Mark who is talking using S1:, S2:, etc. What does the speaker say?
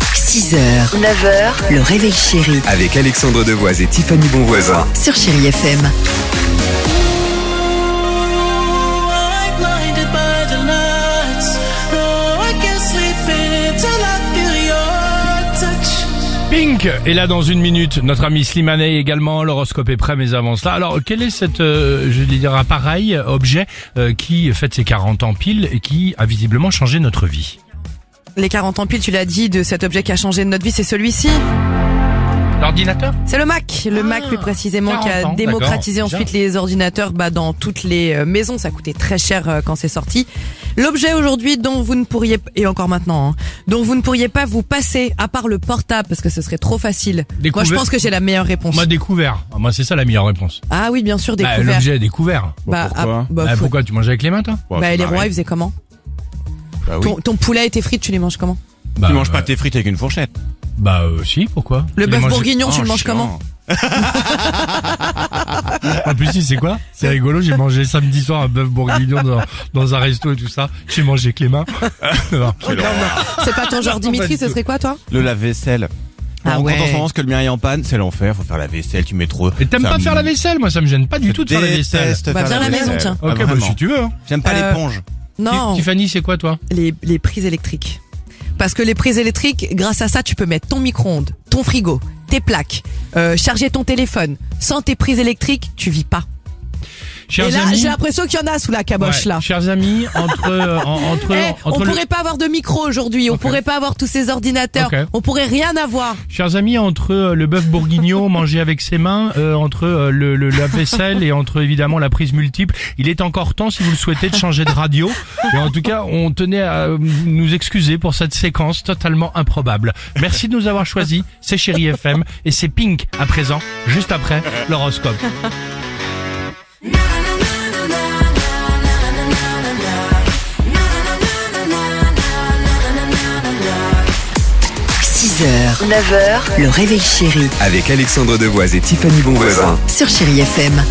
S1: 6h, 9h, le réveil chéri
S2: Avec Alexandre Devoise et Tiffany Bonvoisin.
S1: sur Chéri FM.
S3: I'm blinded by the lights. No, I can't sleep until I feel your touch.
S4: Pink est là dans une minute. Notre ami Slimane est également. L'horoscope est prêt, mais avant cela. Alors, quel est cet, euh, je vais dire, appareil, objet, euh, qui fête ses 40 ans pile et qui a visiblement changé notre vie
S5: Les 40 ans pile, tu l'as dit, de cet objet qui a changé notre vie, c'est celui-ci.
S4: L'ordinateur
S5: C'est le Mac. Le Mac, plus précisément, qui
S4: 40
S5: a
S4: ans,
S5: démocratisé
S4: d'accord.
S5: ensuite les ordinateurs bah, dans toutes les euh, maisons. Ça coûtait très cher euh, quand c'est sorti. L'objet aujourd'hui dont vous ne pourriez, et encore maintenant, hein, dont vous ne pourriez pas vous passer, à part le portable, parce que ce serait trop facile. Moi,
S4: Découvert-
S5: je pense que j'ai la meilleure réponse.
S4: Moi, découvert. Ah, Moi, c'est ça la meilleure réponse.
S5: Ah oui, bien sûr,
S4: Bah,
S5: découvert.
S4: L'objet découvert.
S5: Bah, ah, bah,
S4: Bah,
S5: faut-
S4: pourquoi tu manges avec les mains, toi
S6: Bon,
S5: bah,
S6: c'est
S5: les
S6: pareil.
S5: rois, ils faisaient comment
S4: Ah
S6: Bah oui.
S5: ton, ton poulet et tes frites, tu les manges comment
S4: Bah,
S6: tu manges
S4: euh,
S6: pas tes frites avec une fourchette.
S4: Bah, euh, si, pourquoi
S5: Le
S4: Tu les
S5: bœuf
S4: manges- Ah,
S5: bourguignon, tu
S6: Oh,
S5: le manges
S6: chiant.
S5: comment
S4: En plus, si, c'est quoi C'est rigolo, j'ai mangé samedi soir un bœuf bourguignon dans, dans un resto et tout ça. J'ai mangé avec les mains.
S6: Ah,
S4: Non.
S5: C'est pas ton genre,
S4: pas
S5: Dimitri,
S4: du
S5: ce
S4: tout.
S5: serait quoi, toi
S6: Le lave-vaisselle.
S5: Ah
S6: on
S5: ouais.
S6: Quand on pense que le mien est en panne, c'est l'enfer. Faut faire la vaisselle, tu mets trop.
S4: Et t'aimes
S6: Ça
S4: pas
S6: me-
S4: faire la vaisselle Moi, ça me gêne pas du
S6: Je
S4: tout de faire la
S6: déteste
S4: vaisselle.
S6: faire
S5: Bah, viens à la
S6: vaisselle.
S5: maison, tiens.
S6: Ah,
S4: Ok, bah,
S6: vraiment.
S4: si tu veux. hein.
S6: J'aime pas
S5: Euh,
S6: l'éponge.
S5: Non.
S4: Tiffany, c'est quoi toi
S5: les, les prises électriques. Parce que les prises électriques, grâce à ça, tu peux mettre ton micro-ondes, ton frigo, tes plaques, euh, charger ton téléphone. Sans tes prises électriques, tu vis pas.
S4: Chers
S5: Et là,
S4: amis,
S5: j'ai l'impression qu'il y en a sous la caboche
S4: Ouais,
S5: là.
S4: chers amis, entre euh, en- entre
S5: Eh, on
S4: entre le-
S5: pourrait pas avoir de micro aujourd'hui, on
S4: Ok.
S5: pourrait pas avoir tous ces ordinateurs,
S4: Ok.
S5: on pourrait rien avoir.
S4: chers amis entre euh, le bœuf bourguignon mangé avec ses mains, euh, entre euh, le, le la vaisselle et entre évidemment la prise multiple, il est encore temps si vous le souhaitez de changer de radio. Et en tout cas, on tenait à euh, nous excuser pour cette séquence totalement improbable. Merci de nous avoir choisis. C'est Chéri FM et c'est Pink à présent, juste après l'horoscope.
S1: h 9h, le réveil chéri
S2: Avec Alexandre Devoise et Tiffany Bonvoisin.
S1: sur Chéri FM.